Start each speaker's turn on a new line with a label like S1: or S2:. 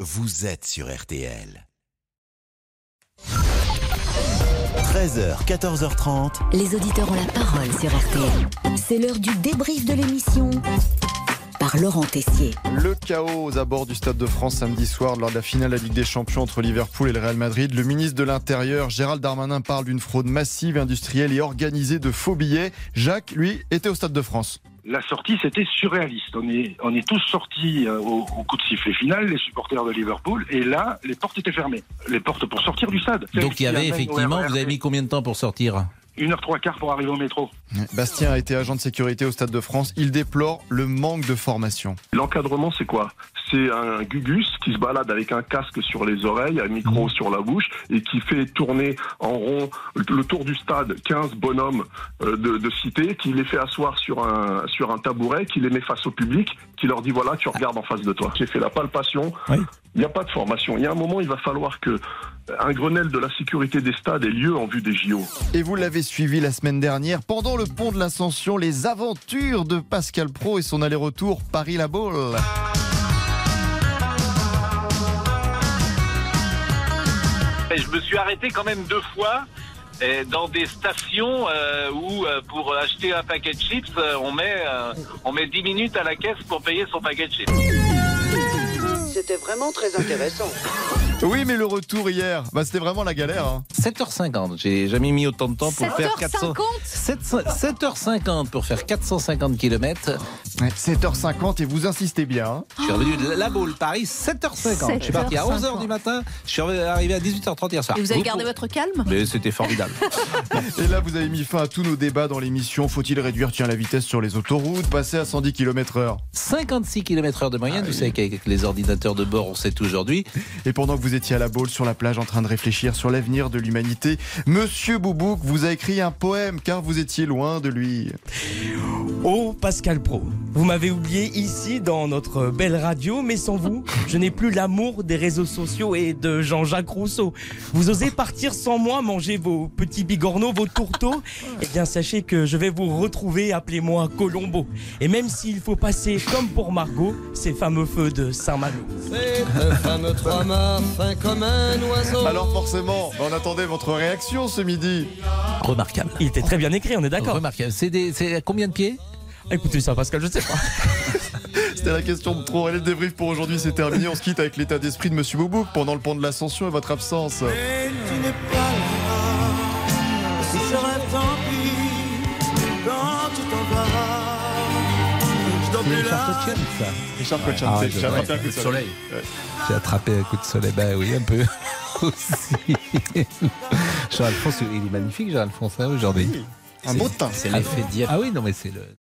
S1: vous êtes sur RTL. 13h, 14h30.
S2: Les auditeurs ont la parole sur RTL. C'est l'heure du débrief de l'émission par Laurent Tessier.
S3: Le chaos aux abords du Stade de France samedi soir lors de la finale de la Ligue des Champions entre Liverpool et le Real Madrid. Le ministre de l'Intérieur, Gérald Darmanin, parle d'une fraude massive, industrielle et organisée de faux billets. Jacques, lui, était au Stade de France
S4: la sortie, c'était surréaliste. On est, on est tous sortis euh, au, au, coup de sifflet final, les supporters de Liverpool, et là, les portes étaient fermées. Les portes pour sortir du stade.
S5: Donc il y avait effectivement, vous avez mis combien de temps pour sortir
S4: une heure trois quarts pour arriver au métro.
S3: Bastien a été agent de sécurité au Stade de France. Il déplore le manque de formation.
S6: L'encadrement, c'est quoi C'est un gugus qui se balade avec un casque sur les oreilles, un micro mmh. sur la bouche et qui fait tourner en rond le tour du stade 15 bonhommes euh, de, de cité, qui les fait asseoir sur un, sur un tabouret, qui les met face au public, qui leur dit voilà, tu regardes en face de toi. J'ai fait la palpation. Oui. Il n'y a pas de formation. Il y a un moment, il va falloir que un Grenelle de la sécurité des stades ait lieu en vue des JO.
S3: Et vous l'avez suivi la semaine dernière, pendant le pont de l'Ascension, les aventures de Pascal Pro et son aller-retour Paris-La Baule.
S7: Je me suis arrêté quand même deux fois dans des stations euh, où euh, pour acheter un paquet de chips, on met, euh, on met 10 minutes à la caisse pour payer son paquet de chips.
S8: C'était vraiment très intéressant.
S3: Oui, mais le retour hier, bah, c'était vraiment la galère. Hein.
S5: 7h50, j'ai jamais mis autant de temps pour
S9: 7h50
S5: faire 400... 700... 7h50 pour faire 450 km.
S3: 7h50 et vous insistez bien. Hein.
S5: Je suis revenu de la Baule, Paris, 7h50. Je suis parti à 11h du matin, je suis arrivé à 18h30 hier soir.
S9: Et vous avez gardé votre calme
S5: Mais c'était formidable.
S3: et là, vous avez mis fin à tous nos débats dans l'émission. Faut-il réduire tiens, la vitesse sur les autoroutes, passer à 110 km/h
S5: 56 km/h de moyenne, ah, vous oui. savez qu'avec les ordinateurs de bord, on sait aujourd'hui.
S3: Et pendant que vous étiez à la Baule sur la plage en train de réfléchir sur l'avenir de l'humanité, Monsieur Boubouk vous a écrit un poème car vous étiez loin de lui.
S10: Oh Pascal Pro, vous m'avez oublié ici dans notre belle radio, mais sans vous, je n'ai plus l'amour des réseaux sociaux et de Jean-Jacques Rousseau. Vous osez partir sans moi, manger vos petits bigorneaux, vos tourteaux Eh bien sachez que je vais vous retrouver, appelez-moi Colombo. Et même s'il faut passer, comme pour Margot, ces fameux feux de Saint-Malo.
S11: Ces fameux trois mâts, fin comme un oiseau.
S3: Alors forcément, on attendait votre réaction ce midi.
S5: Remarquable.
S10: Il était très bien écrit, on est d'accord.
S5: Remarquable. C'est à combien de pieds
S10: Écoutez ça, Pascal, je ne sais pas.
S3: C'était la question de trop. Allez, le débrief pour aujourd'hui, c'est terminé. On se quitte avec l'état d'esprit de Monsieur Boubouk pendant le pont de l'Ascension et votre absence.
S11: Mais tu n'es pas là, ce serait tant pis quand tu t'en vas.
S5: Richard Cotchen, ça.
S3: Richard Cotchen, ah,
S5: j'ai attrapé un coup de soleil. Ouais. J'ai attrapé un coup de soleil, ben oui, un peu aussi. Jean-Alphonse, il est magnifique, Jean-Alphonse, aujourd'hui.
S3: Un beau temps.
S5: C'est l'effet diable. Ah oui, non, mais c'est le.